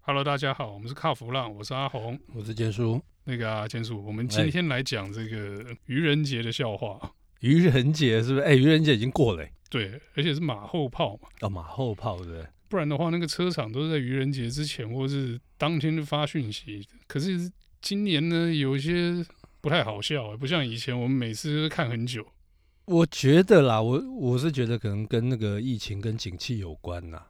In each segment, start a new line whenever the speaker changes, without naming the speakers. Hello，大家好，我们是卡弗浪，我是阿红。
我是坚叔。
那个啊，坚叔，我们
哎
今天来讲这个愚人节的笑话。
愚人节是不是？哎、愚人节已经过了、欸，
对，而且是马后炮嘛，
哦，马后炮对不对？
不然的话，那个车厂都是在愚人节之前或是当天就发讯息。可是今年呢，有一些不太好笑、啊不像以前我们每次都看很久。
我觉得啦，我我是觉得可能跟那个疫情跟景气有关呐。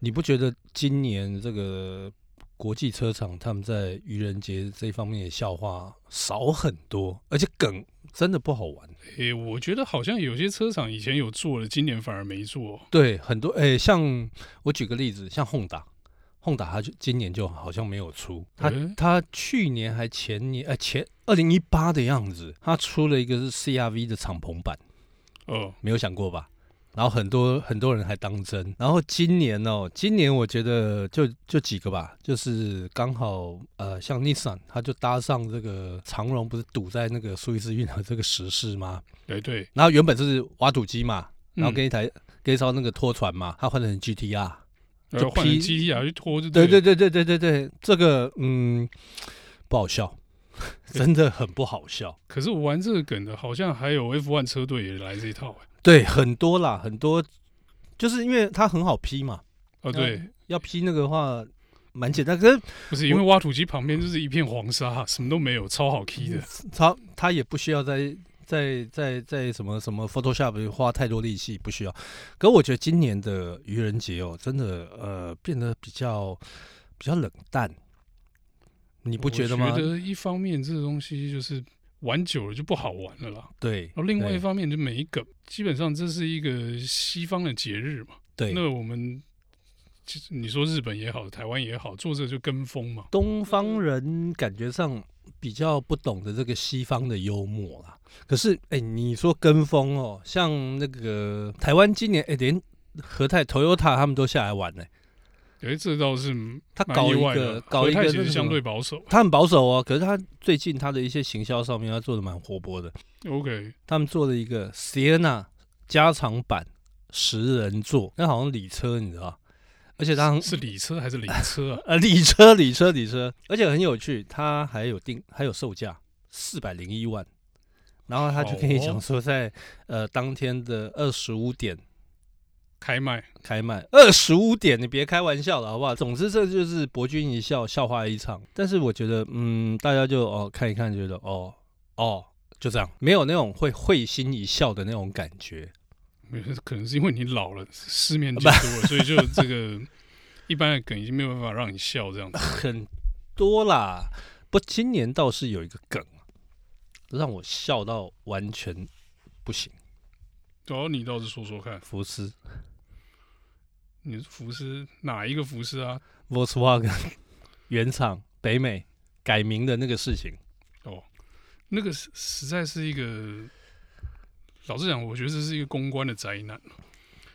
你不觉得今年这个国际车厂他们在愚人节这一方面的笑话少很多，而且梗真的不好玩。
诶、我觉得好像有些车厂以前有做的，今年反而没做。
对，很多诶、像我举个例子，像 Honda。Honda 它就今年就好像没有出，它
诶
它去年还前年呃前二零一八的样子，它出了一个是 CRV 的敞篷版，
哦，
没有想过吧？然后很多很多人还当真。然后今年哦，今年我觉得就就几个吧，就是刚好呃，像 Nissan，它就搭上这个长荣不是堵在那个苏伊士运河这个时事吗？
对哎对，
然后原本是挖土机嘛，然后
嗯
跟一台、跟一艘那个拖船嘛，它换成 GTR。
呃
就
换成
批
GTR 去拖就
对
对
对
了
对对对对对，这个嗯不 好笑，真的很不好笑。
可是我玩这个梗的，好像还有 F1 车队也来这一套、哎诶
对，很多啦，很多，就是因为它很好批嘛，
哦，对，
要批那个的话蛮简单，可是
不是因为挖土机旁边就是一片黄沙，什么都没有，超好 key
嗯
的。
他他也不需要再再再再什么什么 Photoshop 花太多力气，不需要。可我觉得今年的愚人节哦，真的呃变得比较比较冷淡，你
你
不觉得吗
觉？得一方面这个东西就是玩久了就不好玩了啦，
对
然，后哦另外一
对
方面就没梗。基本上这是一个西方的节日嘛，
对
那我们其实你说日本也好，台湾也好，做这就跟风嘛。
东方人感觉上比较不懂得这个西方的幽默啦。可是哎、你说跟风哦，像那个台湾今年哎、连和泰 Toyota 他们都下来玩呢、
哎，这倒是蛮
他搞
意
一
外
个
的。啊
搞一
和泰
个那
其
个
实
什
相
么
对保守。
他很保守哦，可是他最近他的一些行销上面，他做的蛮活泼的。
OK，
他们做了一个 Sienna 加长版十人座，那好像礼车，你知道吧？而且他很
是礼车还是礼车啊？
呃礼车礼车礼车，而且很有趣，它还有定还有售价四百零一万，然后他就跟你
好哦
讲说在，呃当天的二十五点
开卖
开卖，二十五点，你别开玩笑了，好不好？总之，这就是博君一笑，笑话一场。但是我觉得，嗯，大家就哦看一看，觉得哦哦就这样，没有那种会会心一笑的那种感觉。
没有可能是因为你老了，失 眠见多了，所以就这个一般的梗已经没有办法让你笑这样子。
很多啦。不，今年倒是有一个梗，啊让我笑到完全不行。
然后啊你倒是说说看，
福斯
你是福斯哪一个福斯啊？
Volkswagen 原厂北美改名的那个事情，
哦，那个实实在是一个，老实讲，我觉得这是一个公关的灾难。啊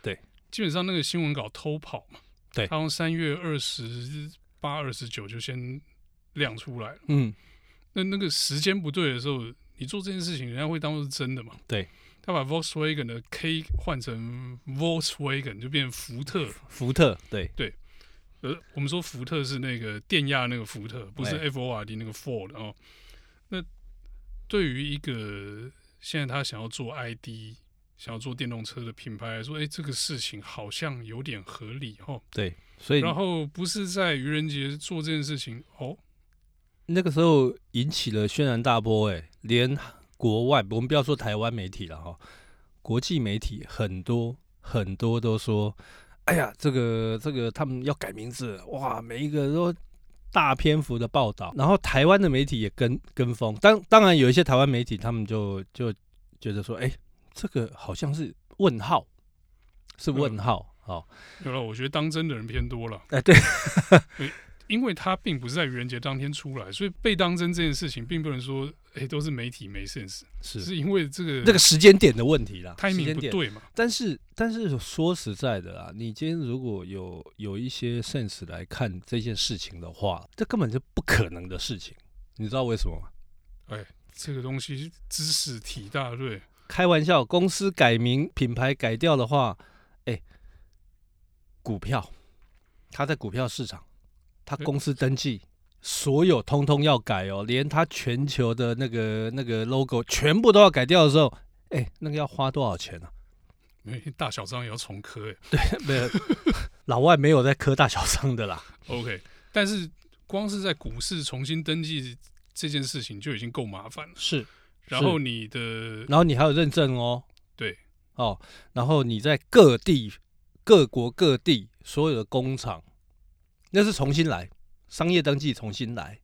对，
基本上那个新闻稿偷跑嘛，
对
他从三月二十八、二十九就先亮出来了。
嗯，
那那个时间不对的时候，你做这件事情，人家会当做是真的嘛？
对，
他把 Volkswagen 的 K 换成 Volkswagen，就变成福特。
福特对
呃，我们说福特是那个电压那个福特，不是
哎
F O R D 那个 Ford 哦。那对于一个现在他想要做 I D、想要做电动车的品牌来说，哎、这个事情好像有点合理哦。
对，所以
然后不是在愚人节做这件事情哦，
那个时候引起了轩然大波、哎，连国外我们不要说台湾媒体了哈，国际媒体很多很多都说，哎呀，这个这个他们要改名字，哇，每一个都大篇幅的报道，然后台湾的媒体也跟跟风，当当然有一些台湾媒体他们就就觉得说，哎、这个好像是问号，是问号，哦好、
有了，我觉得当真的人偏多了，
哎、对，
因为他并不是在愚人节当天出来，所以被当真这件事情并不能说，哎、都是媒体没 sense，
是
是因为这个
这个时间点的问题啦，时
timing
间
不
点。
对嘛。
但是，但是说实在的啊，你今天如果有有一些 sense 来看这件事情的话，这根本就不可能的事情，你知道为什么吗？
这个东西知识体大对，
开玩笑，公司改名、品牌改掉的话，哎，股票，它在股票市场，他公司登记所有通通要改哦，连他全球的那个那个 logo 全部都要改掉的时候，哎、那个要花多少钱啊？
因为大小张也要重科哎、
没有， 老外没有在磕大小商的啦。
OK，但是光是在股市重新登记这件事情就已经够麻烦了。
是，
然后你的
然后你还有认证哦。
对，
哦，然后你在各地、各国各地所有的工厂，那是重新来，商业登记重新来，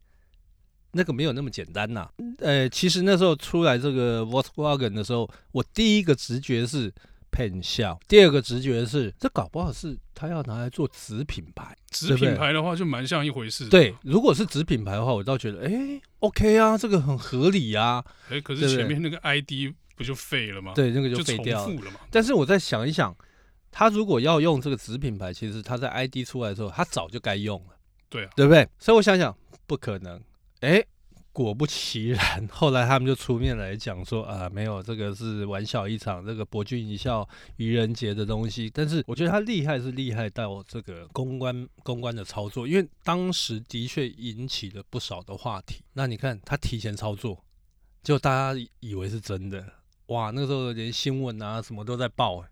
那个没有那么简单呐、呃，其实那时候出来这个 Volkswagen 的时候，我第一个直觉是骗笑，第二个直觉是这搞不好是他要拿来做子品牌。
子
对不对
品牌的话，就蛮像一回事。
对，，如果是子品牌的话，我倒觉得哎、o k 啊，这个很合理啊。
哎，可
对
是
不对
前面那个 ID 不就废了吗？，
对，那个啊就
就
废
重
掉了。
复了嘛。
但是我再想一想，他如果要用这个子品牌，其实他在 ID 出来的时候，他早就该用了，
对啊，
对不对？所以我想想，不可能。哎，果不其然，后来他们就出面来讲说啊，没有，这个是玩笑一场，这个博君一笑愚人节的东西。但是我觉得他厉害是厉害到这个公关公关的操作，因为当时的确引起了不少的话题。那你看他提前操作，就大家以以为是真的。哇，那个时候连新闻啊什么都在报、哎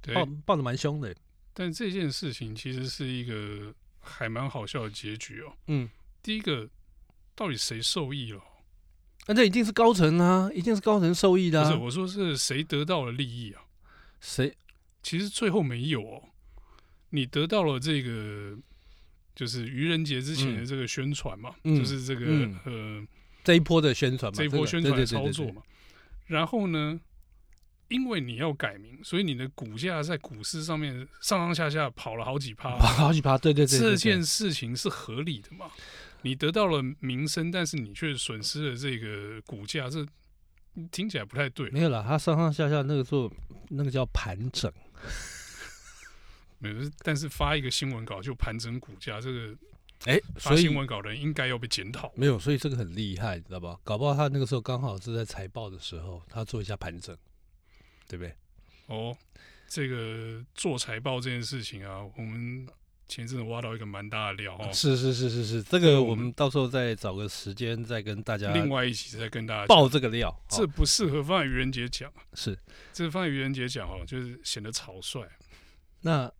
对。
抱抱的蛮凶的。欸
但这件事情其实是一个还蛮好笑的结局哦。
嗯，
第一个，到底谁受益了？
那这一定是高层啊，一定是高层受益的、
不是，
啊。
我说是谁得到了利益啊？
谁？
其实最后没有哦，你得到了这个就是愚人节之前的这个宣传嘛，
嗯
就是这个、
嗯
呃
这一波的宣传嘛，
这一波
个
宣传
对
的
对对
操
对
作
对
嘛。然后呢，因为你要改名，所以你的股价在股市上面上上下下跑了好几趴。
跑好几趴，对对对对
这
对
件事情是合理的嘛？你得到了名声，但是你却损失了这个股价，这听起来不太对。
没有啦，他上上下下那个做那个叫盘整，
没有，但是发一个新闻稿就盘整股价，这个
哎，
发
所以
新闻稿的人应该要被检讨。
没有，所以这个很厉害，你知道吧？搞不好他那个时候刚好是在财报的时候，他做一下盘整，对不对？
哦，这个做财报这件事情啊，我们前阵子挖到一个蛮大的料哦。
是是是是是，这
这
个
个我
我
们
们到时候再找个时间再跟大家
另外一集再跟大家讲，
啊爆这个料。哦
这不适合放在愚人节讲，
是
这放在愚人节讲哦，就是显得草率。
那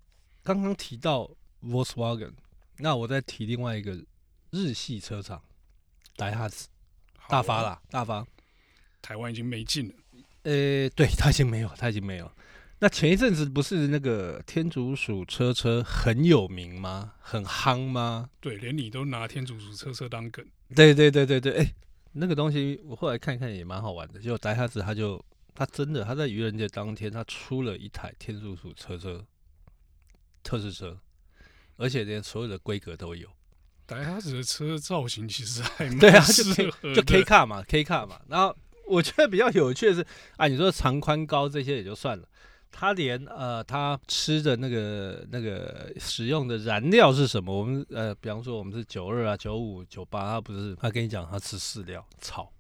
刚刚提到 Volkswagen，那我再提另外一个日系车厂，莱哈斯
好
大发
啊，
啦，大发。
台湾已经没劲了。
呃，对，他已经没有，他已经没有。那前一阵子不是那个天竺鼠车车很有名吗？很夯吗？
对，连你都拿天竺鼠车车当梗，
对对对对对，哎、那个东西我后来看一看也蛮好玩的。就莱哈斯他就他真的他在愚人节当天他出了一台天竺鼠车车特制车，而且连所有的规格都有。
莱哈子的车造型其实还
对啊
蛮
就
适
K-
合
就 K
的。
卡嘛，K 卡嘛。然后我觉得比较有趣的是，啊，你说长宽高这些也就算了，他连呃他吃的那个那个使用的燃料是什么？我们呃，比方说我们是九二啊、九五、九八，他不是他跟你讲他吃饲料草，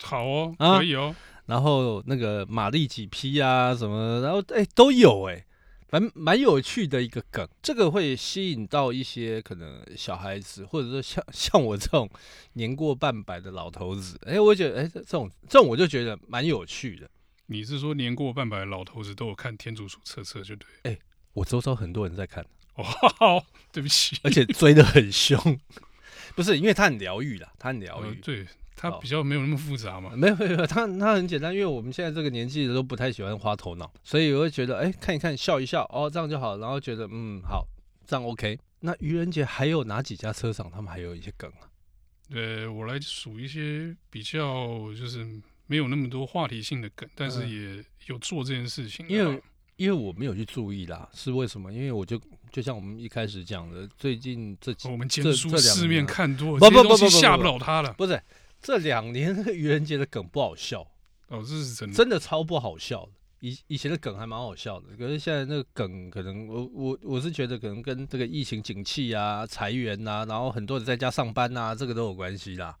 好哦，
啊
可以哦，
然后那个马力几匹啊什么，然后哎都有哎、蛮蛮有趣的一个梗，这个会吸引到一些可能小孩子，或者说像 像我这种年过半百的老头子，哎，我觉得哎这这种这种我就觉得蛮有趣的。
你是说年过半百的老头子都有看天竺鼠车车就对了？
我周遭很多人在看，
哦，好，对不起，
而且追得很凶， 不是因为他很疗愈啦，他很疗
呃
愈。啊
对，它
好
比较没有那么复杂嘛。
没有没有，没有他他很简单，因为我们现在这个年纪的都不太喜欢花头脑，所以我会觉得，哎，看一看，笑一笑，哦，这样就好，然后觉得，嗯，好，这样 OK。那愚人节还有哪几家车厂，他们还有一些梗啊？
呃，我来数一些比较就是没有那么多话题性的梗，但是
嗯
也有做这件事情的啊。
因为因为我没有去注意啦，是为什么？因为我就就像我们一开始讲的，最近这几
我们
这
简书
这两
世面
年啊
看多了，
不
这些
不
东
不
西
不不
吓
不
不了他了。
不是这两年那个愚人节的梗不好笑，
哦，这是真的。
真的超不好笑的。以以前的梗还蛮好笑的，可是现在那个梗，可能我我我是觉得可能跟这个疫情景气啊、裁员啊，然后很多人在家上班啊，这个都有关系啦。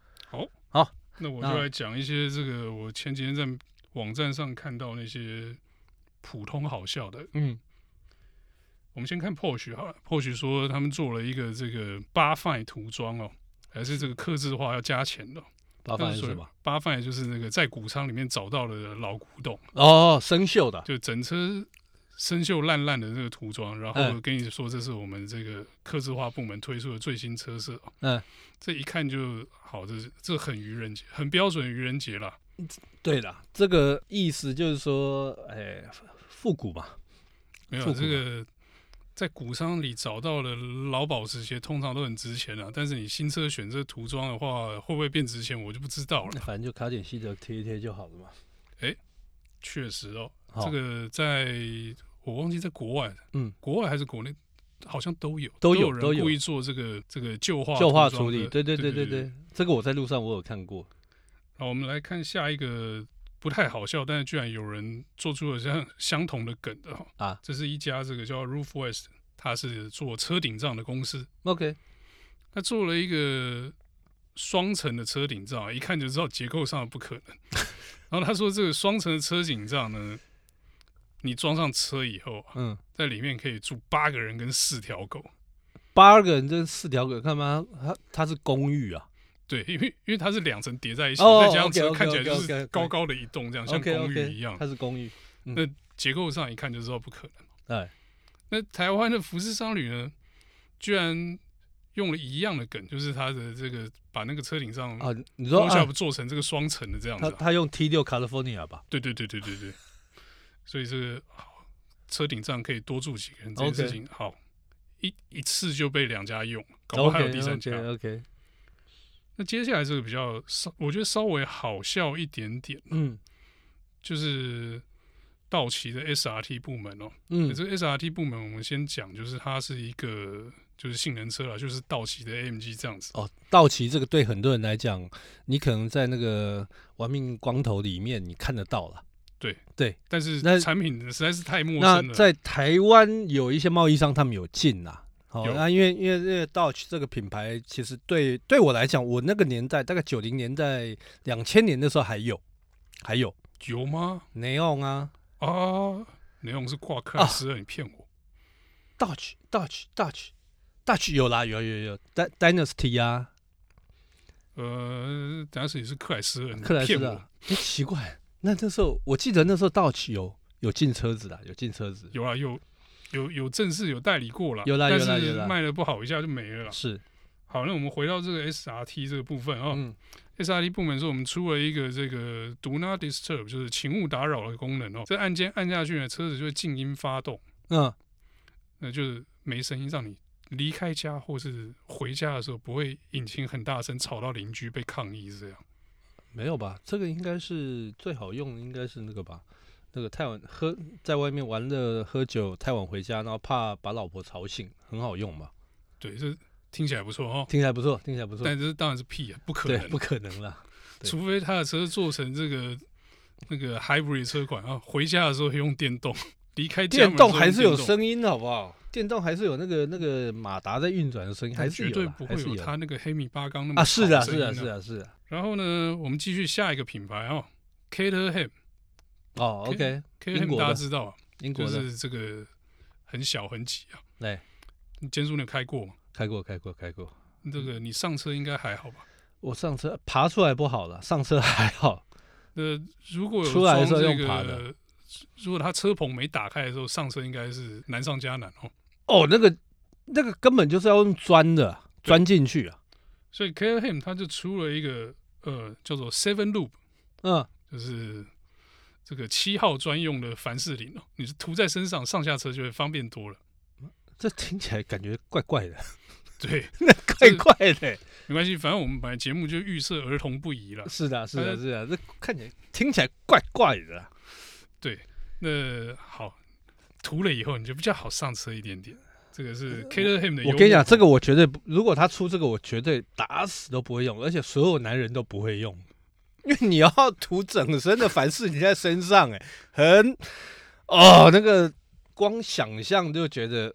那我
那
就来讲一些这个我前几天在网站上看到那些普通好笑的
嗯，
我我们先看 Porsche 好了，Porsche 说他们做了一个这个八 fine 涂装哦，还是这个刻字化要加钱的哦。
八
那
番是
所
什
以
么？
八 fine 就是那个在谷仓里面找到的老古董，
哦，生锈的，
就整车生锈烂烂的这个涂装，然后
嗯
跟你说这是我们这个刻字化部门推出的最新车色哦。
嗯，
这一看就好，这是这很愚人节，很标准愚人节啦。
对的，这个意思就是说，哎，复古嘛，
没有
复古啊
这个，在古商里找到的老保时捷通常都很值钱啊，但是你新车选这涂装的话，会不会变值钱，我就不知道了。
反正就卡点西德贴一贴就好了嘛。
确实哦，
好
这个在我忘记在国外，
嗯，
国外还是国内，好像都有
都有
有
都
人
有
故意做这个这个旧化
旧化
涂装
处理，
的
对对
对
对对
对。
对，这个我在路上我有看过，
好，我们来看下一个不太好笑，但是居然有人做出了相相同的梗的哈、
啊
这是一家这个叫 Roof West，它是做车顶帐的公司。
OK，
他做了一个双层的车顶帐，一看就知道结构上的不可能。 然后他说，这个双层的车顶帐呢，你装上车以后啊，
嗯，
在里面可以住八个人跟四条狗。
八个人这四条狗，干嘛？它它是公寓啊，
对，因为因为它是两层叠在一起，
哦
再加上车
OK，OK，OK，OK，
看起来就是
OK，OK
高高的一栋，这样
OK
像公
OK，
寓一样。
它是公寓，
结构上一看就知道不可能。
哎，
那台湾的服饰商旅呢，居然用了一样的梗，就是它的这个把那个车顶上
啊，你说
楼下
啊
不，做成这个双层的这样子
他
啊、
他用 T 六 California 吧
对对对对对对，所以这个好车顶上可以多住几个人这件
OK
事情好，一一次就被两家用，搞不好还
？OK
有第三家。
OK OK，
那接下来这个比较稍，我觉得稍微好笑一点点，
嗯
就是道奇的 SRT 部门哦，
嗯
这个 SRT 部门我们先讲，就是它是一个就是性能车啦，就是道奇的 AMG 这样子。
哦，道奇这个对很多人来讲，你可能在那个玩命光头里面你看得到了。
但是
那
产品实在是太陌
那
生了，
在台湾有一些贸易商，他们有进啦。好、
有
那因为因为因为 Dodge 这个品牌，其实对对我来讲，我那个年代大概九零年代、两千年的时候还有，还有
有吗？
Neon 啊
啊，内容是挂克莱斯勒，你骗我。
，Dodge Dodge Dodge Dodge 有啦，有有有 Dy-，Dynasty 啊，
呃，当时也是克莱斯勒，你
克莱斯
骗
勒
我
啊。哎、奇怪，那那时候我记得那时候 Dodge 有有进车子的，有进车子，
有啦，有有有正式有代理过啦，
有啦
但
有啦有
是
啦
卖的不好，一下就没了啦。
是，
好，那我们回到这个 SRT 这个部分啊、
嗯
s r t 部门说我们出了一个这个 Do Not Disturb，就是请勿打扰的功能哦。这按键按下去呢，车子就会静音发动，
嗯，
那就是没声音，让你离开家或是回家的时候不会引擎很大声吵到邻居被抗议这样。
没有吧？这个应该是最好用的，应该是那个吧？那个太晚喝，在外面玩的喝酒太晚回家，然后怕把老婆吵醒，很好用嘛？
对，这听起来不错哦，
听起来不错，听起来不错。
但这当然是屁啊，不可
对
能，啊。
不可能啦。对
除非他的车做成这个那个 hybrid 车款啊，回家的时候用电动， 离开家
电
门的时候
动
用
还是有
电动，
声音的，好不好？电动还是有那个那个马达在运转的声音，还
但
是
绝
有
对
啦，
不
还
会
是
有
有
它那个黑米八缸那么
啊！是的，
吵
是
声
的，
音
是。的，是的。
然后呢，我们继续下一个品牌哦 c a t e r h a m
哦
可以
，OK，
c a t e r
英
h a m
国
大
的
家知道啊，
英
就
国的
是这个很小很挤啊。
对，
你简叔你有开过吗？
开过，开过，开过。
这
嗯
个你上车应该还好吧？
我上车爬出来不好了，上车还好。
那如果有
出来的
装
时候
这
用爬
个，如果他车棚没打开的时候，上车应该是难上加难哦。
哦，那个那个根本就是要用钻的，
对
钻进去啊。
所以 Care Him 他就出了一个呃叫做 Seven Loop，
嗯，
就是这个七号专用的凡士林哦，你是涂在身上，上下车就会方便多了。
这听起来感觉怪怪的，
对，
怪怪的。
没关系，反正我们本来节目就预设儿童不宜了。
是的，是的，
呃
是的，这看起来听起来怪怪的。
那好，涂了以后你就比较好上车一点点。这个是 Care Him 的。
呃我跟你讲，这，个我绝对不，如果他出这个，我绝对打死都不会用，而且所有男人都不会用， 因为你要涂整身的凡士林在身上、哎，很哦，那个光想象就觉得，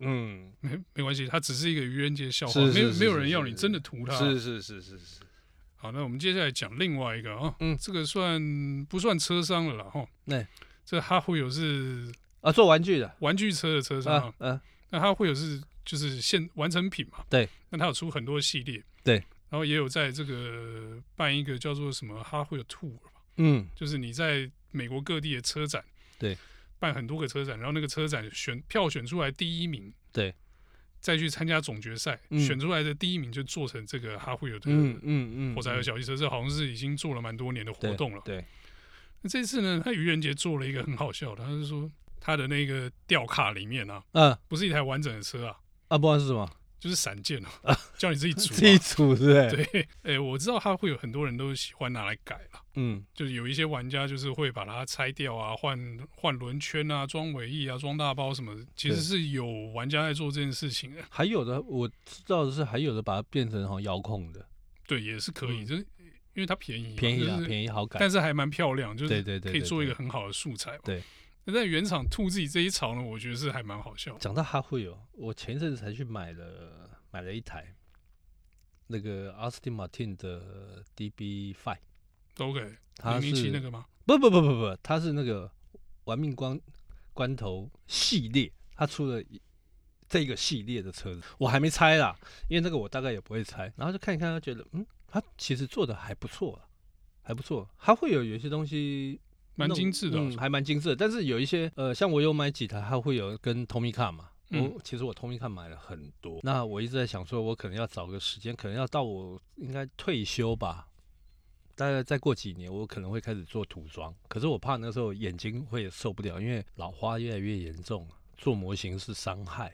嗯，
没没关系，它只是一个愚人节笑话，
是是
没有
是
没有
是
人
是
要
是
你真的涂它。
是是是是是，
好，那我们接下来讲另外一个啊、哦，
嗯
这个算不算车商了啦？哈、
对
这哈弗有是
啊，做玩具的
玩具车的车上，
啊，嗯、
那它会有是就是现完成品嘛？
对，
那它有出很多系列，
对，
然后也有在这个办一个叫做什么哈惠的 tour 吧，
嗯，
就是你在美国各地的车展，
对，
办很多个车展，然后那个车展选票选出来第一名，
对，
再去参加总决赛，
嗯
选出来的第一名就做成这个哈惠尔的
嗯嗯嗯，
火柴盒小汽车，这好像是已经做了蛮多年的活动了。
对，
那这次呢，他愚人节做了一个很好笑的，他是说他的那个吊卡里面啊，
嗯、
不是一台完整的车啊，
啊，不管是什么，
就是散件 啊，叫你自己组、
自己
啊。
组是不是？
对，哎、我知道他会有很多人都喜欢拿来改啊了，
嗯
就是有一些玩家就是会把它拆掉啊，换换轮圈啊，装尾翼啊，装大包什么的，其实
对
是有玩家在做这件事情的。
还有的我知道的是，还有的把它变成好像遥控的，
对，也是可以，
嗯
就是因为它便宜嘛，
便宜
就
啦，
是
便宜好改。
但是还蛮漂亮，就是
对对对
可以
对
做一
对
个很好的素材嘛。
对。
那在原厂吐自己这一槽呢，我觉得是还蛮好笑的。
讲到哈会哦，我前一阵子才去买了买了一台那个 Austin Martin 的 DB Five，
OK，
它
零零七
是
那个吗？
不不不不不，它是那个玩命关关头系列，它出了一这个系列的车子，我还没拆啦，因为那个我大概也不会拆，然后就看一看，就觉得嗯，它其实做的还不错啊，还不错，它会有有一些东西
蛮
弄
精致的啊、
嗯，还蛮精致的。但是有一些呃，像我有买几台，它会有跟 Tomica 嘛。我、
嗯
其实我 Tomica 买了很多，那我一直在想说，我可能要找个时间，可能要到我应该退休吧，大概再过几年，我可能会开始做涂装。可是我怕那时候眼睛会受不了，因为老花越来越严重，做模型是伤害。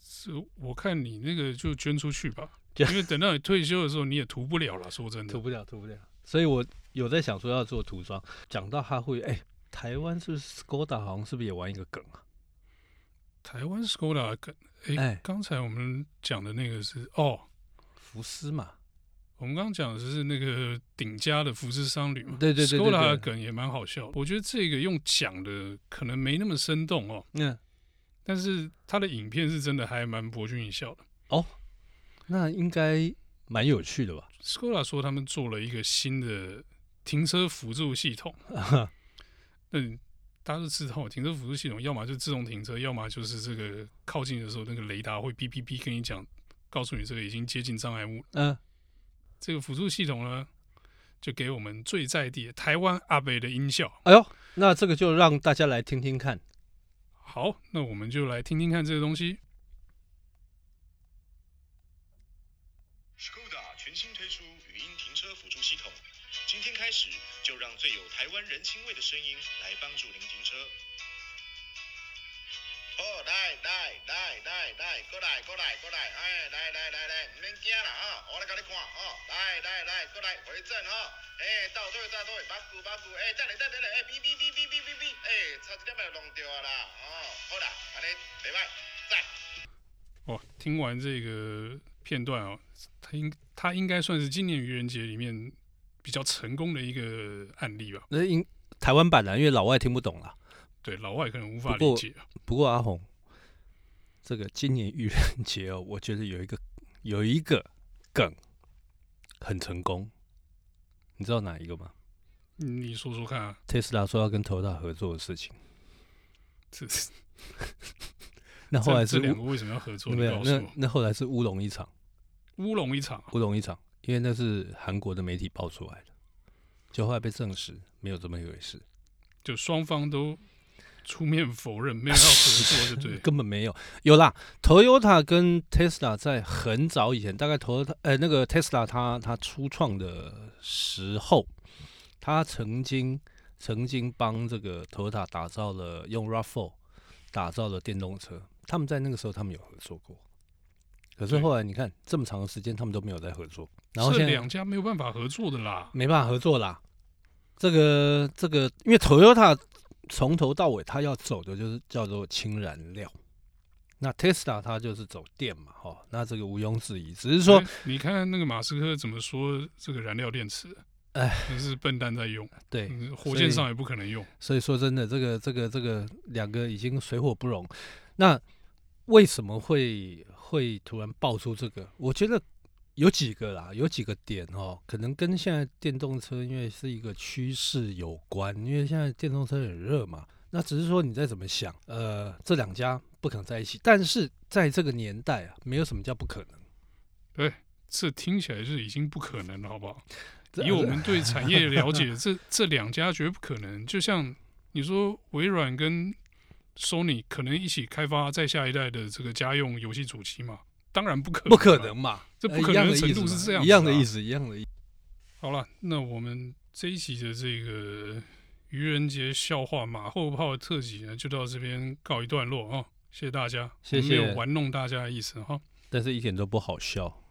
是我看你那个就捐出去吧，
捐
因为等到你退休的时候你也涂不了了。说真
涂
的，
不了，涂不了。所以我有在想说要做涂装。讲到哈会，哎、台湾是不是 Skoda 好像是不是也玩一个梗啊？
台湾 Skoda 跟哎
哎，
刚、才我们讲的那个是哦，
福斯嘛，
我们刚刚讲的是那个顶家的福斯商旅嘛。
对对对对
Skoda 的
对，
梗也蛮好笑的，我觉得这个用讲的可能没那么生动哦，
那
但是他的影片是真的还蛮博君一笑的。
那应该蛮有趣的吧？
Skoda 说他们做了一个新的停车辅助系统。嗯，大家都知道，停车辅助系统要么就自动停车，要么就是这个靠近的时候那个雷达会哔哔哔跟你讲，告诉你这个已经接近障碍物。
嗯、
这个辅助系统呢，就给我们最在地的台湾阿北的音效。
哎呦，那这个就让大家来听听看。
好，那我们就来听听看这个东西。
Skoda 全新推出语音停车辅助系统，今天开始就让最有台湾人情味的声音来帮助您停车。哦，来来来来来，过来过来过来，哎，来来来来，唔免惊啦哈，我来给你看哦，来来来，过来回正哈，哎，倒退倒退，八股八股，哎，等下等下等下，哎，哔哔哔哔哔哔哔，哎，差一点咪弄掉啊啦，哦，好啦，安尼袂歹，赞。
哇，哦听完这个片段哦，它应它应该算是今年愚人节里面比较成功的一个案例吧。
那应台湾版啊的，因为老外听不懂啦。
对，老外可能无法
不过
理解。
不过阿红，这个今年愚人节哦，我觉得有一个有一个梗很成功，你知道哪一个吗？
嗯你说说看啊，
特斯拉说要跟 Toyota 合作的事情，
这
那后来
这
是
这两
乌
个为什么要合作？
没
你
有，
告诉
那
我，
那后来是乌龙一场，
乌龙一场啊，
乌龙一场，因为那是韩国的媒体爆出来的，就后来被证实没有这么一回事。
就双方都出面否认，没有要合作，对不对？
根本没有。有啦，Toyota 跟 Tesla 在很早以前，大概 Toyota 呃那个 Tesla 它它初创的时候，它曾经曾经帮这个 Toyota 打造了用 RAV4 打造了电动车，他们在那个时候他们有合作过。可是
对
后来你看这么长的时间，他们都没有再合作，然后现
这
在
两家没有办法合作的啦。
没办法合作啦。这个这个，因为 Toyota 从头到尾它要走的就是叫做氢燃料，那 Tesla 它就是走电嘛，哈、那这个毋庸置疑。只是说
哎，你看那个马斯克怎么说这个燃料电池？
哎，
真是笨蛋在用，
对，
嗯火
所
箭
以
上也不可能用。
所以说真的，这个这个这个两个已经水火不容。那为什么会会突然爆出这个？我觉得有几个啦，有几个点哦，可能跟现在电动车因为是一个趋势有关，因为现在电动车很热嘛。那只是说你再怎么想，呃，这两家不可能在一起。但是在这个年代啊，没有什么叫不可能。
这听起来是已经不可能了，好不好？
这
以我们对产业的了 解，这这两家绝不可能。就像你说，微软跟 Sony 可能一起开发再下一代的这个家用游戏主机嘛？当然不可能，
不可。能嘛？
这
呃
不可
一样
能
的
程
意
度
思
是这样
嘛一样
子
的
啊
意思，一样的意思。
好了，那我们这一集的这个愚人节笑话马后炮的特辑呢，就到这边告一段落啊、哦！谢谢大家，
谢
我
谢
们没有玩弄大家的意思哈、
但是一点都不好笑。